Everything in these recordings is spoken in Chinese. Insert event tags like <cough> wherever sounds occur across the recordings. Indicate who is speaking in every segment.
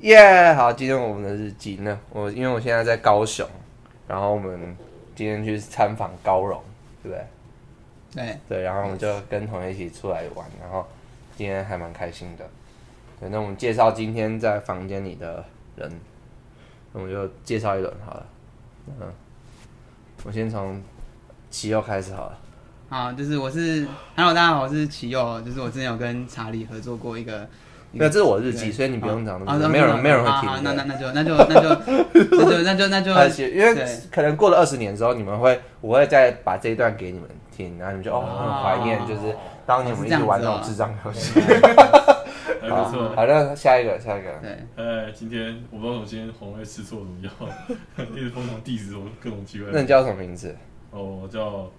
Speaker 1: 耶、好，今天我们的日记呢？我因为我现在在高雄，然后我们今天去参访高荣，对不对？
Speaker 2: 对，
Speaker 1: 对，然后我们就跟同学一起出来玩，然后今天还蛮开心的。对，那我们介绍今天在房间里的人，那我们就介绍一轮好了。嗯，我先从七佑开始好了。
Speaker 2: 好，就是我是 Hello，大家好，我是齐佑，就是我之前有跟查理合作过一个。
Speaker 1: 没
Speaker 2: 一个
Speaker 1: 有，这是我日
Speaker 2: 对
Speaker 1: 记，所以你不用讲那
Speaker 2: 啊
Speaker 1: 么多，
Speaker 2: 那
Speaker 1: 没有人
Speaker 2: 那
Speaker 1: 没有人
Speaker 2: 啊
Speaker 1: 会
Speaker 2: 好
Speaker 1: 听
Speaker 2: 那
Speaker 1: 的
Speaker 2: 那。那就那
Speaker 1: <laughs>
Speaker 2: 就那就那就那就那就
Speaker 1: 而且，因为
Speaker 2: 对
Speaker 1: 可能过了二十年之后，你们会，我会再把这一段给你们听，然后你们就哦，
Speaker 2: 哦
Speaker 1: 很怀念，就是当年我们一起玩那种智障游戏。
Speaker 3: 还
Speaker 1: 好
Speaker 3: 不哎错。
Speaker 1: <laughs> 好，那下一个，下一个，
Speaker 2: 对
Speaker 3: 哎，今天我不知道我今天红会吃错什么药， <laughs> 一直疯狂 diss 我各种奇怪
Speaker 1: 那
Speaker 3: 的
Speaker 1: 你。叫什么名字？
Speaker 3: 哦，我叫我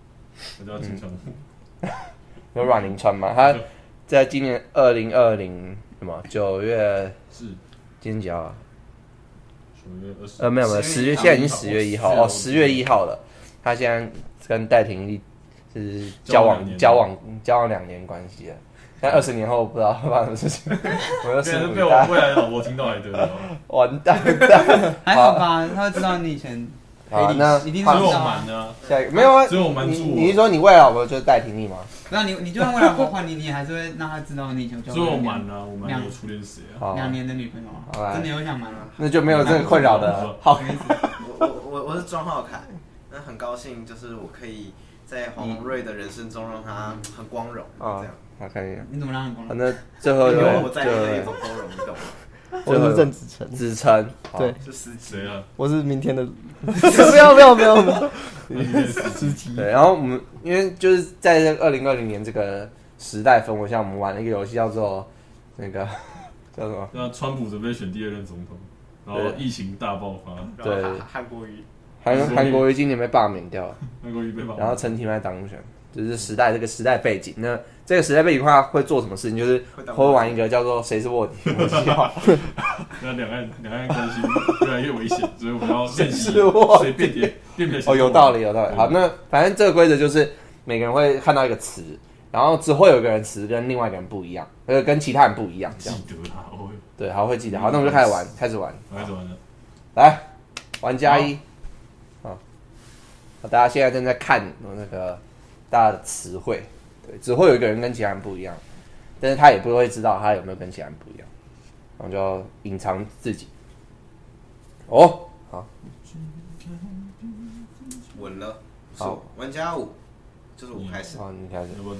Speaker 3: 叫金城武，
Speaker 1: 有阮玲川嘛？他在今年二零二零什么九月
Speaker 3: 是
Speaker 1: 今天几号啊？
Speaker 3: 九月二十。
Speaker 1: 呃，没有没有，十
Speaker 4: 10
Speaker 1: 月
Speaker 4: 月
Speaker 1: 现在已经十月一号
Speaker 3: 是啊
Speaker 1: 哦，十月一号了。他现在跟戴廷丽就是交
Speaker 3: 交往
Speaker 1: 往
Speaker 3: 两年
Speaker 1: 交往交往两年关系了，但二十年后不知道会发生什么事情，我又
Speaker 3: 虽
Speaker 1: 是
Speaker 3: 然是被我未来的老婆听到也
Speaker 1: <laughs>
Speaker 3: 对吧？
Speaker 1: 完
Speaker 2: <laughs>
Speaker 1: 蛋。
Speaker 2: 还好吧，他会知道你以前
Speaker 1: 好，那
Speaker 2: 一定
Speaker 3: 所以
Speaker 2: 是
Speaker 3: 我瞒啊，
Speaker 1: 下一个没有啊？
Speaker 3: 所以我瞒
Speaker 1: 你
Speaker 3: 住
Speaker 1: 你是
Speaker 3: 我，
Speaker 1: 说你未来老婆就是戴廷丽吗？
Speaker 2: 那你你就算为老婆换你，你也还是会让他知道你以前交
Speaker 3: 所以我
Speaker 2: 过两
Speaker 3: 瞒啊，我瞒我初恋谁啊？
Speaker 1: 好，
Speaker 2: 两年的女朋友
Speaker 1: 好吧
Speaker 2: 啊，真的有想瞒吗？
Speaker 1: 那就没有这个困扰的了。好，
Speaker 2: 没意思
Speaker 4: 我我我是庄浩凯，那很高兴，就是我可以在黄宏瑞的人生中让他很光荣，
Speaker 1: 啊
Speaker 4: 这样，
Speaker 1: 好，看一下。
Speaker 2: 你怎么让他
Speaker 1: <laughs>
Speaker 2: 光
Speaker 1: 好，
Speaker 2: 荣？
Speaker 1: 那最后一
Speaker 4: 有
Speaker 1: 位
Speaker 4: 我在
Speaker 1: 最
Speaker 4: 意
Speaker 1: 后一
Speaker 4: 的一
Speaker 1: 位
Speaker 4: 种光荣，你懂吗？
Speaker 5: 我是郑
Speaker 1: <laughs>
Speaker 5: 子成， <laughs>
Speaker 1: 子琛，好
Speaker 5: 对
Speaker 4: 就司机，
Speaker 3: 谁啊？
Speaker 5: 我是明天的，不要不要不要不要，
Speaker 3: 那你认识
Speaker 5: 司机
Speaker 1: 对，然后我们因为就是在这二零二零年这个时代氛围下，我们玩了一个游戏叫做那个 <laughs> 叫什么？
Speaker 3: 那川普准备选第二任总统，然后疫情大爆发，
Speaker 4: 然
Speaker 1: 对
Speaker 2: <laughs>
Speaker 4: 后韩韩国瑜，
Speaker 1: 韩
Speaker 3: 是
Speaker 1: 韩国瑜今年被罢免掉了，
Speaker 3: 那个预备吧。
Speaker 1: 然后陈其迈当选，就是时代这个时代背景。那这个时代背景的话，会做什么事情？就是
Speaker 4: 会
Speaker 1: <laughs>
Speaker 4: 当
Speaker 1: 会玩一个叫做“ <laughs> 谁是卧底”游戏哦，
Speaker 3: 那两岸两岸关系越来越危险，所以我们要练习
Speaker 1: 是我
Speaker 3: 随便点辨别。
Speaker 1: 哦，有道理，有道理。好，那反正这个规则就是每个人会看到一个词，然后只会有一个人词跟另外一个人不一样，呃，跟其他人不一样，这
Speaker 3: 记
Speaker 1: 样
Speaker 3: 得啦，我
Speaker 1: 对，好会记得。好，那我们就开始玩，开始玩，
Speaker 3: 我还怎么呢？
Speaker 1: 来，玩加一，好，好，大家现在正在看我那个大家的词汇，对，只会有一个人跟其他人不一样，但是他也不会知道他有没有跟其他人不一样，然后就要隐藏自己。哦，好，
Speaker 4: 稳了，是
Speaker 1: 好
Speaker 4: 我玩家五，就是我开始，
Speaker 1: 好，你开始，
Speaker 3: 要不然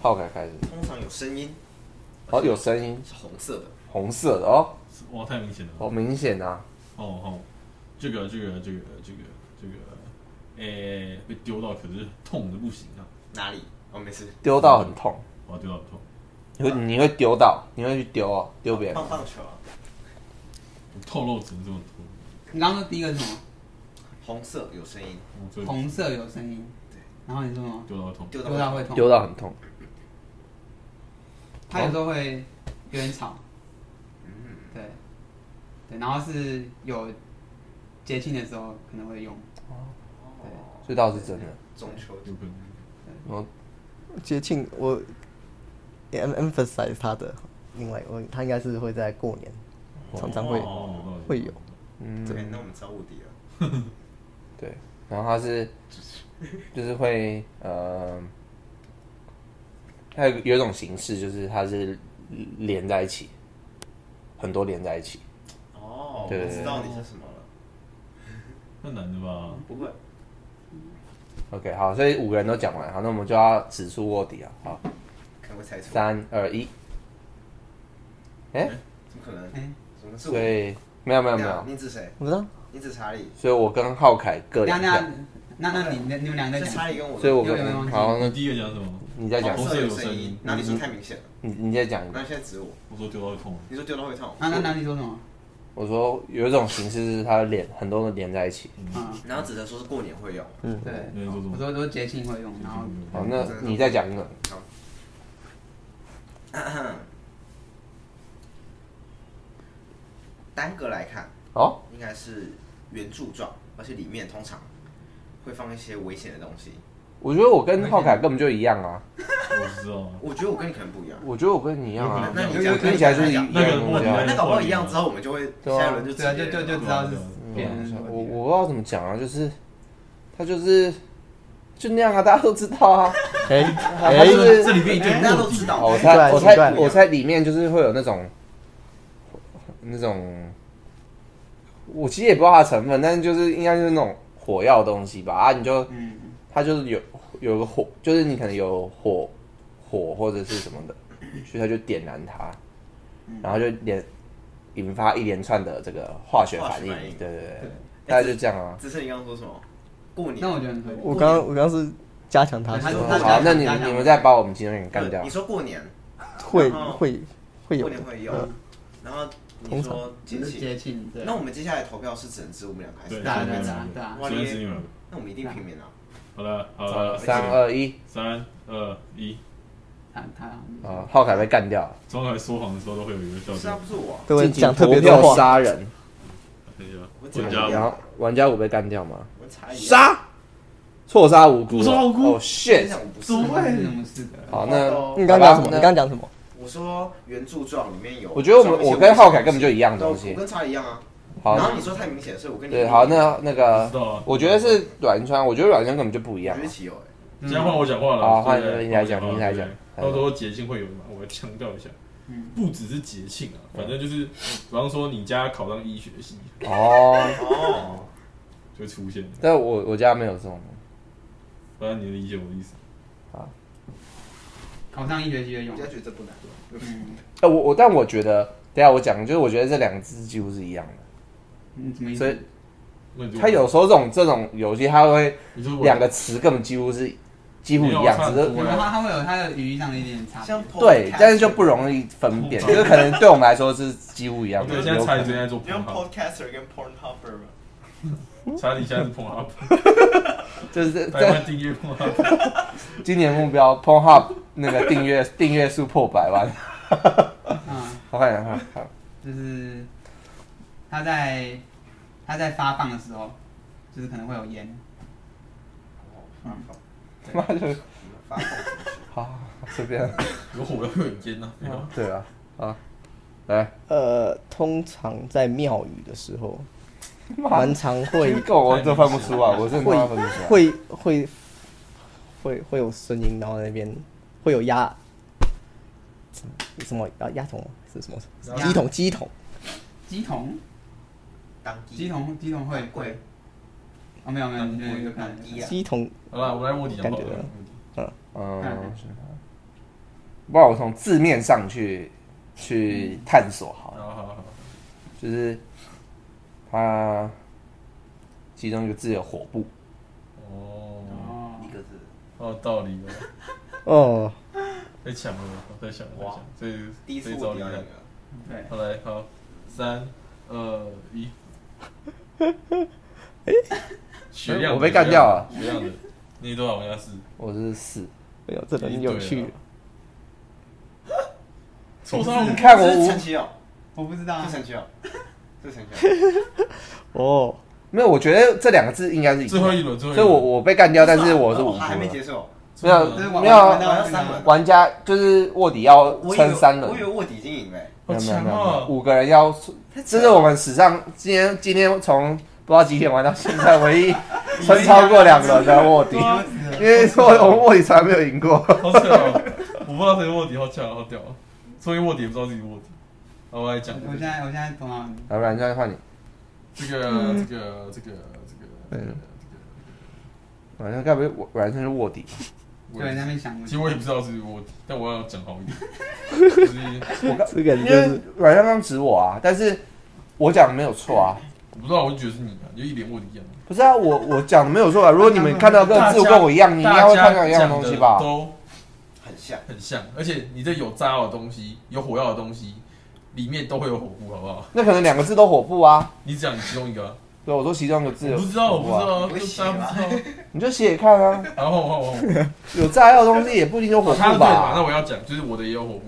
Speaker 1: 浩凯开始。
Speaker 4: 通常有声音，
Speaker 1: 哦，有声音，
Speaker 4: 是红色的，
Speaker 1: 红色的哦，
Speaker 3: 哇，太明显了。
Speaker 1: 好明显啊！
Speaker 3: 哦哦，这个这个这个这个这个，诶、被丢到可是痛的不行啊！
Speaker 4: 哪里？哦，没事，
Speaker 1: 丢到很痛，
Speaker 3: 我丢到很痛，
Speaker 1: 你会你会丢到，你会去丢哦，丢别人。
Speaker 4: 棒棒球啊，
Speaker 3: 我透露只能这么多。
Speaker 2: 你刚刚说第一个是什么？
Speaker 4: 红色有声音，
Speaker 3: 我最
Speaker 2: 红色有声音
Speaker 4: 对，
Speaker 2: 然后你说什么？
Speaker 3: 丢到痛，
Speaker 4: 丢
Speaker 2: 丢到
Speaker 4: 到
Speaker 2: 会痛，
Speaker 1: 丢到很痛，
Speaker 2: 他有时候会有点吵，
Speaker 4: 嗯，
Speaker 2: 对，对，然后是有节庆的时候可能会用，
Speaker 4: 哦
Speaker 1: 这倒是真的。哦
Speaker 4: 中秋
Speaker 3: 有可能。
Speaker 1: 我
Speaker 5: 节庆，我 em- emphasize 他的，另外我他应该是会在过年常常会
Speaker 3: 哦，
Speaker 5: 会有
Speaker 1: 嗯，
Speaker 4: ，OK，那我们知道卧底了，
Speaker 1: 对，然后他是就是会呃，它有有一种形式，就是它是连在一起，很多连在一起。
Speaker 4: 哦，
Speaker 1: 对
Speaker 4: 我知道你是什么了，
Speaker 3: 那男的吧？
Speaker 4: 不会，
Speaker 1: OK，好，所以五个人都讲完，好，那我们就要指出卧底啊。好，
Speaker 4: 可能会猜错，
Speaker 1: 三二一，哎、
Speaker 4: 怎么可能？
Speaker 2: 哎，
Speaker 4: 怎么是我
Speaker 1: 所？以没有没有没
Speaker 4: 等一下
Speaker 1: 有，
Speaker 4: 你指谁？
Speaker 5: 我不知道，
Speaker 4: 你指查理，
Speaker 1: 所以我跟浩凯各
Speaker 2: 那
Speaker 1: 两票
Speaker 2: 那。那那你那你们两个
Speaker 4: 是
Speaker 2: 在
Speaker 4: 查
Speaker 2: 讲，
Speaker 4: 理跟我的。
Speaker 1: 所以我
Speaker 2: 有有有
Speaker 1: 跟好，
Speaker 3: 那
Speaker 1: 那
Speaker 3: 第一个讲什么？
Speaker 1: 你再讲，
Speaker 4: 红
Speaker 3: 哦
Speaker 4: 色有声音，那你说太明显了，
Speaker 1: 你你再讲一个。
Speaker 4: 那现在指我，
Speaker 3: 我说丢到痛，
Speaker 4: 你说丢到会痛，
Speaker 2: 那那那你说什么？
Speaker 1: 我说有一种形式是它的脸很多都连在一起。
Speaker 2: 嗯，
Speaker 4: 然后指的说是过年会用，
Speaker 5: 嗯，
Speaker 2: 对，
Speaker 3: 那你说
Speaker 2: 我
Speaker 3: 什么？嗯
Speaker 2: 说都节庆会用，然后
Speaker 1: 好，那你再讲一个。
Speaker 4: 单个来看
Speaker 1: 哦，
Speaker 4: 应该是圆柱状，而且里面通常会放一些危险的东西，
Speaker 1: 我觉得我跟浩凯根本就一样啊。
Speaker 3: 我知道啊。
Speaker 4: 我觉得我跟你可能不一样。
Speaker 1: 我觉得我跟你一样啊，
Speaker 4: 那你
Speaker 1: 讲听起来就是一样
Speaker 3: 那个
Speaker 1: 的
Speaker 3: 问
Speaker 1: 东
Speaker 3: 题
Speaker 1: 西啊
Speaker 3: 还是
Speaker 4: 那搞不好一样之后，我们就会
Speaker 1: 对啊
Speaker 4: 下一轮就直
Speaker 2: 对啊，
Speaker 4: 接
Speaker 2: 就就就知道是别人。
Speaker 1: 嗯我我不知道怎么讲啊，就是他就是就那样啊，大家都知道啊。
Speaker 5: 哎
Speaker 1: 还
Speaker 5: 哎，
Speaker 1: 是
Speaker 3: 这这里面一堆
Speaker 4: 哎大家都知道，
Speaker 1: 哦，我
Speaker 4: 哎
Speaker 5: 怪
Speaker 1: 猜我
Speaker 5: 奇怪
Speaker 1: 猜我猜里面就是会有那种那种，我其实也不知道它的成分，但是就是应该就是那种火药的东西吧啊，你就
Speaker 2: 嗯，
Speaker 1: 它就是有有个火，就是你可能有火火或者是什么的，所以它就点燃它，然后就连引发一连串的这个化学反应，
Speaker 4: 化学反应
Speaker 1: 对对对
Speaker 2: 对，
Speaker 1: 大概就这样啊。
Speaker 4: 只是你刚刚说什么？过年？
Speaker 2: 那我觉得很合理。
Speaker 5: 我刚我刚是加强他
Speaker 2: 对他
Speaker 5: 说
Speaker 2: 他
Speaker 1: 好，那你
Speaker 2: 大家
Speaker 1: 你们再把我们其中一个人干
Speaker 4: 对
Speaker 1: 掉
Speaker 4: 你，说过年，
Speaker 5: 会
Speaker 4: 然后
Speaker 5: 会会有
Speaker 4: 过
Speaker 5: 的
Speaker 4: 年，会有，然后你
Speaker 5: 通常
Speaker 4: 说节
Speaker 2: 节气
Speaker 4: 气，
Speaker 2: 节庆，对，
Speaker 4: 那我们接下来投票是只能指我们两个还是
Speaker 3: 对
Speaker 4: 大
Speaker 2: 打
Speaker 4: 家
Speaker 2: 打打
Speaker 4: 都会指？
Speaker 2: 打打，
Speaker 4: 哇
Speaker 3: 只能是你们。
Speaker 4: 那我们一定平民啊！
Speaker 3: 好了好了，
Speaker 1: 三二一，
Speaker 3: 三二一，
Speaker 2: 他他
Speaker 1: 啊，浩凯被干掉了，
Speaker 3: 刚才说谎的时候都会有一个笑
Speaker 4: 是啊，
Speaker 3: 点
Speaker 4: 不。是我，
Speaker 5: 都会
Speaker 1: 进行
Speaker 5: 讲特
Speaker 1: 投
Speaker 5: 别
Speaker 1: 票
Speaker 5: 多话。
Speaker 1: 杀人，
Speaker 3: 等一下，我
Speaker 4: 我
Speaker 3: 加
Speaker 4: 讲
Speaker 1: 然
Speaker 3: 入。
Speaker 1: 后玩家五被干掉吗？
Speaker 4: 我查一下。
Speaker 1: 杀，错杀无辜，
Speaker 3: 错杀无辜
Speaker 1: 哦
Speaker 4: 跟你
Speaker 1: shit，
Speaker 4: 讲，我不
Speaker 3: 怎么
Speaker 4: 是。
Speaker 3: 会
Speaker 2: 是什么事的？
Speaker 1: 好，那
Speaker 5: 你刚刚讲什么？
Speaker 1: 好
Speaker 5: 你
Speaker 1: 吧
Speaker 5: 刚刚讲什么？
Speaker 4: 我说原著状里面有，
Speaker 1: 我觉得我们我跟浩凯根本就一样的东
Speaker 4: 对
Speaker 1: 西
Speaker 4: 我。跟查一样啊。
Speaker 1: 好，
Speaker 4: 然后你说太明显，所以我跟你
Speaker 1: 对，好，那那
Speaker 3: 不
Speaker 1: 个
Speaker 3: 知道啊，
Speaker 1: 我觉得是软川，我觉得软川根本就不一
Speaker 4: 我
Speaker 1: 样啊
Speaker 4: 觉得。奇友哎，
Speaker 3: 现在换我讲话了。
Speaker 1: 好哦换
Speaker 3: 对不对
Speaker 1: 你来讲你来讲
Speaker 3: 对到时候节庆会有嘛？我要强调一下，不只是节庆啊，
Speaker 1: 嗯
Speaker 3: 反正就是，比方说你家考上医学系
Speaker 1: 哦，
Speaker 4: 哦，
Speaker 3: 就会出现，
Speaker 1: 但我我家没有这种，
Speaker 3: 反正你理解我的意思。
Speaker 2: 考上一学期的
Speaker 4: 我
Speaker 2: 勇
Speaker 4: 家，觉得这不难。
Speaker 2: 嗯，
Speaker 1: 哎，我我但我觉得，等一下我讲，就是我觉得这两个字几乎是一样的。
Speaker 2: 你嗯怎么意
Speaker 1: 所以
Speaker 2: 思？
Speaker 3: 那你就
Speaker 1: 他有时候这种这种游戏，它会
Speaker 3: 你就
Speaker 1: 两个词根本几乎是几乎一样，只是
Speaker 2: 我觉得他他会有他的语义上的一点差别
Speaker 4: 像。
Speaker 1: 对
Speaker 4: podcast，
Speaker 1: 但是就不容易分辨，就是可能对我们来说是几乎一样的。
Speaker 3: 对，现在查理正
Speaker 1: 有可能
Speaker 3: 在做
Speaker 4: 你用
Speaker 3: 捧哈，
Speaker 4: podcaster 跟 pornhopper 吗？
Speaker 3: 查理现在是
Speaker 1: <laughs>
Speaker 3: 捧哈，
Speaker 1: 就是
Speaker 3: 台
Speaker 1: 在
Speaker 3: 湾订阅捧哈，
Speaker 1: 今年目标 p o n h u b 那个订阅订阅数破百万。
Speaker 2: 嗯，
Speaker 1: 我看一下，看看
Speaker 2: 就是他在他在发放的时候，就是可能会有烟。嗯
Speaker 1: 妈就
Speaker 4: 发疯
Speaker 1: 好随便。
Speaker 3: 有火要有烟呐，没有
Speaker 1: 对啊，啊，来，
Speaker 5: 呃，通常在庙宇的时候，
Speaker 1: 妈
Speaker 5: 蛮常会
Speaker 1: 够我真分不出啊，我真的他妈分不出来。
Speaker 5: 会会会会有声音，然后那边会有压什么啊压筒是什么
Speaker 2: 压
Speaker 5: 鸡筒鸡筒，
Speaker 2: 鸡桶，
Speaker 4: 当机
Speaker 2: 鸡桶，鸡桶会
Speaker 4: 会
Speaker 2: 会。哦，没有没有，没有有可能。
Speaker 4: 一啊
Speaker 5: 鸡筒
Speaker 3: 好了，我来问你讲话
Speaker 5: 感觉
Speaker 3: 了
Speaker 5: 到。
Speaker 1: 嗯，不然我从字面上去去探索好
Speaker 3: 好
Speaker 1: 了。
Speaker 3: 好好，
Speaker 1: 就是它其中一个字有火部，
Speaker 3: 哦，
Speaker 2: 哦，
Speaker 4: 一个字，
Speaker 3: 好有道理哦，
Speaker 5: 哦，
Speaker 3: 被抢了，哦我在想，我在
Speaker 4: 哇
Speaker 3: 想，这
Speaker 4: 第一次
Speaker 3: 这
Speaker 4: 我
Speaker 3: 招
Speaker 4: 提
Speaker 3: 厉
Speaker 4: 到
Speaker 3: 害
Speaker 4: 两个。，
Speaker 2: 对，
Speaker 3: 好来，好，三二
Speaker 1: <laughs>
Speaker 3: 一。学样的
Speaker 1: 我被干掉啊了。
Speaker 3: 学样的，你多少？我要四，
Speaker 1: 我是四。
Speaker 5: 哎呦，这人有趣，
Speaker 3: 错杀
Speaker 1: 你
Speaker 3: 无
Speaker 1: 看我
Speaker 4: 这是
Speaker 1: 无
Speaker 4: 陈奇友，
Speaker 2: 我不知道
Speaker 4: 这
Speaker 2: 啊
Speaker 4: 是。陈奇友，这是陈奇
Speaker 1: <laughs>
Speaker 4: 友。
Speaker 5: 哦，
Speaker 1: 没有，我觉得这两个字应该是一样
Speaker 3: 最后一轮，最后一轮。
Speaker 1: 所以我我被干掉，但是我是无
Speaker 4: 我
Speaker 1: 辜
Speaker 4: 还没
Speaker 1: 的。
Speaker 4: 结束，
Speaker 1: 没有
Speaker 2: 就是
Speaker 1: 没有啊
Speaker 2: 玩到
Speaker 4: 玩到三轮
Speaker 1: 玩家就是卧底要
Speaker 4: 我以为
Speaker 1: 撑三轮
Speaker 4: 我以，为卧底已经赢了欸。
Speaker 1: 没
Speaker 3: 好
Speaker 1: 有没有
Speaker 3: 强
Speaker 1: 没有没有，
Speaker 3: 哦！
Speaker 1: 五个人要，这是我们史上今天今天从不知道几点玩到现在唯一撑超过两轮的卧底，因为说我们卧底从来没有赢过。
Speaker 3: 好强哦！我不知道谁卧底，好强，好屌哦！所以卧底也不知道自己卧底。好，我来讲
Speaker 2: 我现在我现在头脑
Speaker 1: 好，不然这样换你，
Speaker 3: 这个这个这个这个这个这个
Speaker 1: 嗯晚上该不会我晚上是卧底？
Speaker 3: 这
Speaker 2: 对
Speaker 3: 个。
Speaker 2: 那边想
Speaker 3: 其实我也不知道自己卧底，但我要讲好
Speaker 1: <laughs>
Speaker 3: 一点。就是
Speaker 5: 这个
Speaker 1: 因
Speaker 5: 你就
Speaker 1: 为
Speaker 5: 是
Speaker 1: 阮香刚指我啊，但是我讲的没有错啊，
Speaker 3: 我不知道，我就觉得是你啊，你就一脸卧底一样。
Speaker 1: 不是啊，我我讲的没有错啊。如果你们看到个字跟我一样，你应该会看到一样的东西
Speaker 3: 大
Speaker 1: 吧
Speaker 3: 家？讲的都
Speaker 4: 很像，
Speaker 3: 很像，而且你这有炸药的东西，有火药的东西，里面都会有火布，好不好？
Speaker 1: 那可能两个字都火布啊。
Speaker 3: 你只讲其中一个啊、
Speaker 1: 对，我说其中一个字
Speaker 3: 我
Speaker 1: 有
Speaker 3: 不知道，我
Speaker 1: 火
Speaker 3: 不
Speaker 1: 布啊
Speaker 3: 知道，
Speaker 4: 不会
Speaker 3: 就
Speaker 4: 写
Speaker 3: 大家不知
Speaker 1: 你就写看啊。
Speaker 3: 道。然后换我换
Speaker 1: 有炸药的东西也不一定有火
Speaker 3: 我，他的
Speaker 1: 布
Speaker 3: 对嘛？
Speaker 1: 吧？
Speaker 3: 那我要讲，就是我的也有火布，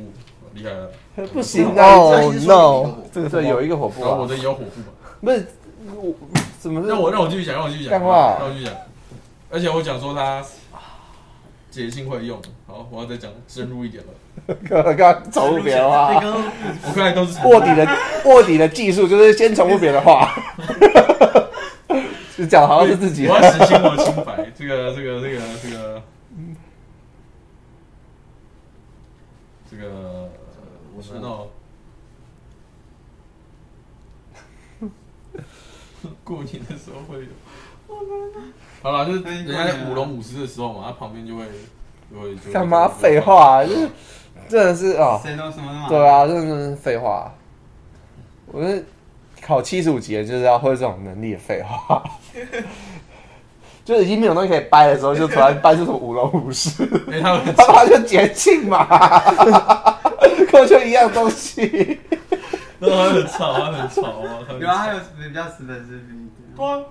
Speaker 3: 厉害了。
Speaker 1: 不行啊，
Speaker 5: 哦 no，这个
Speaker 1: 对，
Speaker 5: 是
Speaker 1: 有一个火布
Speaker 3: 然后我
Speaker 1: 啊。
Speaker 3: 的也有火布嘛。
Speaker 1: 不是我怎么是
Speaker 3: 让我让我继续讲，让我继续讲，
Speaker 1: 干话
Speaker 3: 让我继续讲。而且我讲说他节庆会用。好，我要再讲深入一点了。
Speaker 1: <laughs> 刚刚重复别人话，
Speaker 4: 你刚刚
Speaker 3: 我刚才都是
Speaker 1: 卧底的卧底的技术就是先重复别人话， <laughs> 就讲好像是自己
Speaker 3: 我。要实现我的清白。这个这 <laughs> 个这个这个，这个呃我知道。 <laughs> 过年的时候会有，好了，就是啊人家在舞龙舞狮的时候嘛，他旁边就会就会就会
Speaker 1: 干嘛废话、啊就是真的是哦，
Speaker 2: 谁都什么都嘛。
Speaker 1: 对啊，真的是废话。我是考七十五级的就是要会这种能力的废话， <laughs> 就是已经没有东西可以掰的时候，就突然掰出什么舞龙舞 <laughs> 狮，
Speaker 3: <laughs> 哎、他们
Speaker 1: 他妈就节庆 <laughs> 嘛，跟我就一样东西。
Speaker 3: 他很吵，他很吵啊，他很
Speaker 2: 有啊，
Speaker 3: 吵。
Speaker 2: 还有比较死的是比
Speaker 3: 对啊，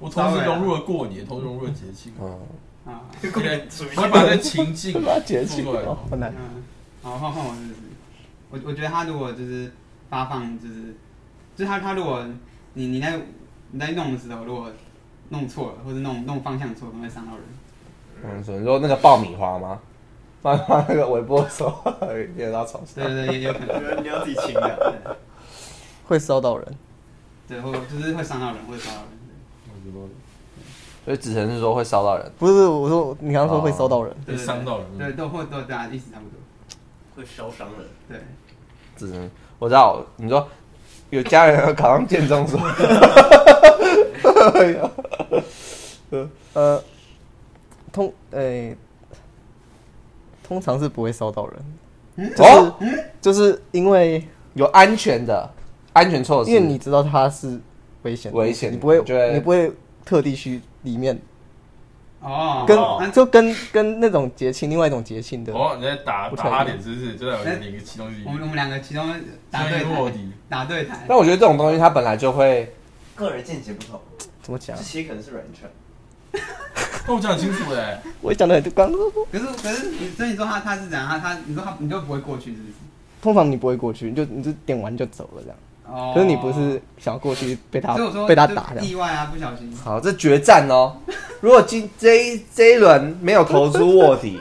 Speaker 3: 我同时融入了过年，同时融入了节庆。
Speaker 1: 嗯，
Speaker 2: 啊，
Speaker 3: 我会把这情 <laughs> 境
Speaker 1: 把它节庆
Speaker 3: 做出来
Speaker 1: 哦
Speaker 5: 很难。
Speaker 2: 嗯，好换换我试试。我我觉得他如果就是发放就是，就是他他如果你你在你在弄的时候，如果弄错了或者弄弄方向错，可能会伤到人。
Speaker 1: 嗯，所以说那个爆米花吗？放放那个微波的时 <laughs> 候，也到床
Speaker 2: 对
Speaker 1: 上。
Speaker 2: 对对，也有可
Speaker 5: <laughs>
Speaker 2: 能。
Speaker 4: 你要自己清的，
Speaker 5: 会烧到人。
Speaker 2: 对，或就是会伤到人，会伤到人。
Speaker 1: 所以子晨是说会烧到人，
Speaker 5: 不是，我说你刚刚说会烧到人，
Speaker 1: 啊
Speaker 2: 对对
Speaker 3: 会伤到人
Speaker 2: 对，都会都对啊，意思差不多。
Speaker 4: <laughs> 会烧伤人。
Speaker 2: 对，
Speaker 1: 子晨我知道，你说有家人考上建中 <laughs> 说，
Speaker 5: 呃，通诶、通常是不会烧到人，
Speaker 1: 哦，
Speaker 5: 就是因为
Speaker 1: 有安全的安全措施，
Speaker 5: 因为你知道它是危险的东西，
Speaker 1: 危险的
Speaker 5: 你不会
Speaker 1: 就会
Speaker 5: 你不会特地去里面，
Speaker 1: 啊
Speaker 2: 哦，
Speaker 5: 跟、
Speaker 2: 哦那
Speaker 5: 就跟跟那种节庆，另外一种节庆的，
Speaker 3: 哦，你在打
Speaker 5: 不
Speaker 3: 打
Speaker 5: 太一样
Speaker 3: 哈点，是不是？就在我领个其中一
Speaker 2: 我们我们两个其中答对
Speaker 3: 相应卧
Speaker 2: 台，
Speaker 3: 底，
Speaker 2: 答对台。
Speaker 1: 但我觉得这种东西它本来就会，
Speaker 4: 个人见解不同，
Speaker 5: 怎么讲
Speaker 4: 这？些可能是软传。
Speaker 3: 那哦我讲很清楚嘞，
Speaker 5: 我讲的很刚，
Speaker 2: 可是可是你所以你说他他是怎样？他他你说他你就不会过去是不是？
Speaker 5: 通常你不会过去，你就你就点完就走了这样。
Speaker 2: 哦，
Speaker 5: 可是你不是想要过去被他
Speaker 1: 哦
Speaker 2: 所以我说
Speaker 5: 被他
Speaker 2: 就
Speaker 5: 打这
Speaker 2: 意
Speaker 5: 样，
Speaker 2: 外啊，不小心。
Speaker 1: 好，这决战哦。如果 <laughs> 今这一这一轮没有投出卧 <laughs> 底，